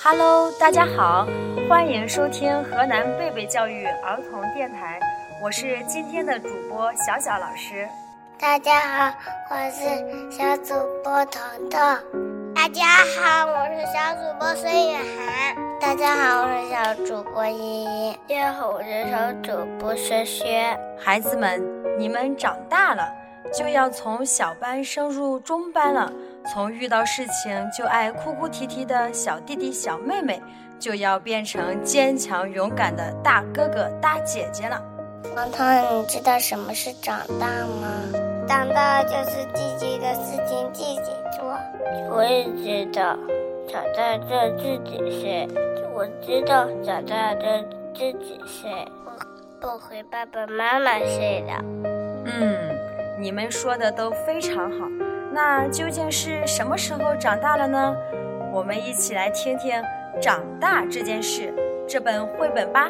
Hello，大家好，欢迎收听河南贝贝教育儿童电台，我是今天的主播小小老师。大家好，我是小主播彤彤。大家好，我是小主播孙雨涵。大家好，我是小主播依依。大家好，我是小主播薛薛。孩子们，你们长大了，就要从小班升入中班了。从遇到事情就爱哭哭啼啼的小弟弟、小妹妹，就要变成坚强勇敢的大哥哥、大姐姐了。糖糖，你知道什么是长大吗？长大就是自己的事情自己做。我也知道，长大做自己事。我知道长大做自己事。我不回爸爸妈妈睡了。嗯，你们说的都非常好。那究竟是什么时候长大了呢？我们一起来听听《长大这件事》这本绘本吧。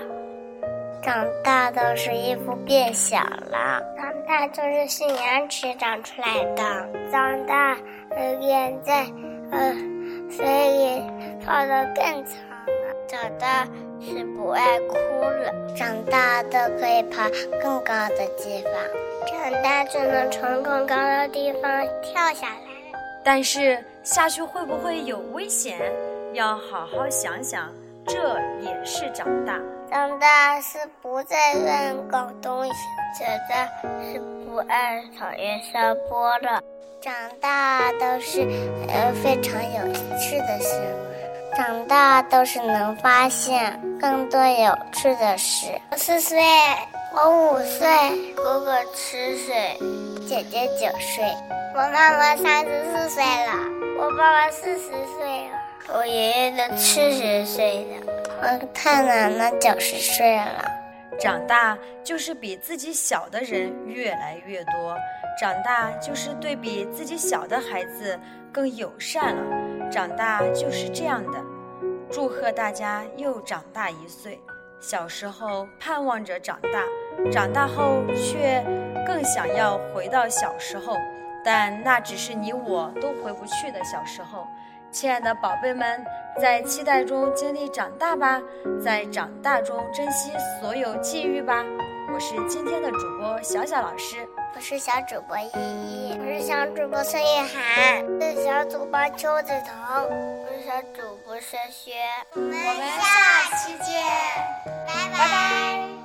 长大的是衣服变小了，长大就是新牙齿长出来的，长大呃眼在呃水里泡的更长了，长大是不爱哭了，长大的可以爬更高的地方。长大就能从更高的地方跳下来，但是下去会不会有危险？要好好想想，这也是长大。长大是不再乱搞东西，长大是不爱讨厌山坡了，长大都是呃非常有趣的事，长大都是能发现更多有趣的事。我四岁。我五岁，哥哥七岁，姐姐九岁，我妈妈三十四岁了，我爸爸四十岁了，我爷爷都七十岁了，我太奶奶九十岁了。长大就是比自己小的人越来越多，长大就是对比自己小的孩子更友善了，长大就是这样的。祝贺大家又长大一岁。小时候盼望着长大，长大后却更想要回到小时候，但那只是你我都回不去的小时候。亲爱的宝贝们，在期待中经历长大吧，在长大中珍惜所有际遇吧。我是今天的主播小小老师，我是小主播依依，我是小主播孙雨涵，我是小主播邱子彤，我是小主播薛薛。我们下期见。拜拜。